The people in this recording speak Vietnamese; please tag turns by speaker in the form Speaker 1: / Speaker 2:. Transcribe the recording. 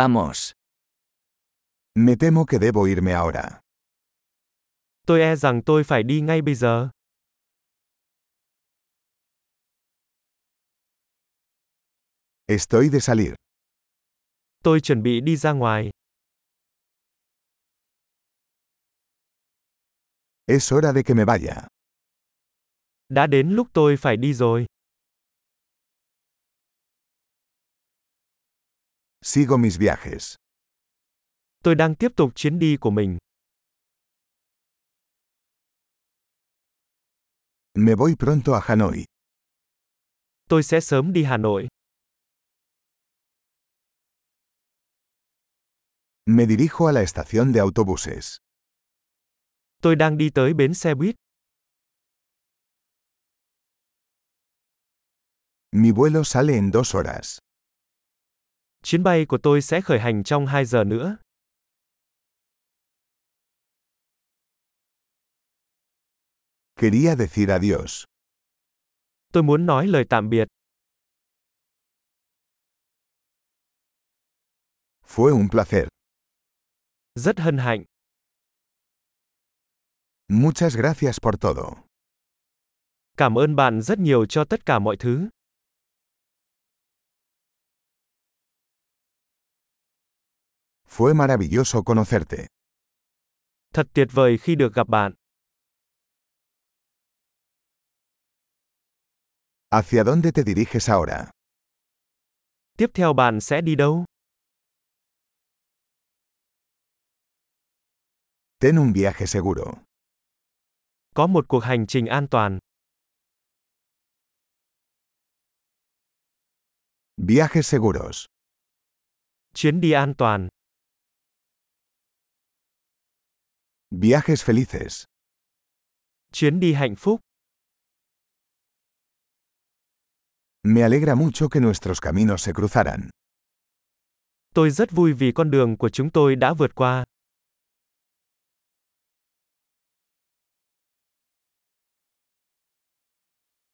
Speaker 1: Vamos.
Speaker 2: Me temo que debo irme ahora.
Speaker 3: Tôi e rằng tôi phải đi ngay bây giờ.
Speaker 2: Estoy de salir.
Speaker 3: Tôi chuẩn bị đi ra ngoài.
Speaker 2: Es hora de que me vaya.
Speaker 3: Đã đến lúc tôi phải đi rồi.
Speaker 2: Sigo mis viajes.
Speaker 3: Tôi đang tiếp tục chuyến đi của mình.
Speaker 2: Me voy pronto a Hanoi.
Speaker 3: Tôi sẽ sớm đi Hà Nội.
Speaker 2: Me dirijo a la estación de autobuses.
Speaker 3: Tôi đang đi tới bến xe buýt.
Speaker 2: Mi vuelo sale en dos horas.
Speaker 3: Chuyến bay của tôi sẽ khởi hành trong 2 giờ nữa.
Speaker 2: Quería decir adiós.
Speaker 3: Tôi muốn nói lời tạm biệt.
Speaker 2: Fue un placer.
Speaker 3: Rất hân hạnh.
Speaker 2: Muchas gracias por todo.
Speaker 3: Cảm ơn bạn rất nhiều cho tất cả mọi thứ.
Speaker 2: Fue maravilloso conocerte.
Speaker 3: Thật tuyệt vời khi được gặp bạn.
Speaker 2: ¿Hacia dónde te diriges ahora?
Speaker 3: Tiếp theo bạn sẽ đi đâu?
Speaker 2: Ten un viaje seguro.
Speaker 3: Có một cuộc hành trình an toàn.
Speaker 2: Viajes seguros.
Speaker 3: Chuyến đi an toàn.
Speaker 2: Viajes felices.
Speaker 3: Chuyến đi hạnh phúc.
Speaker 2: Me alegra mucho que nuestros caminos se cruzaran.
Speaker 3: Tôi rất vui vì con đường của chúng tôi đã vượt qua.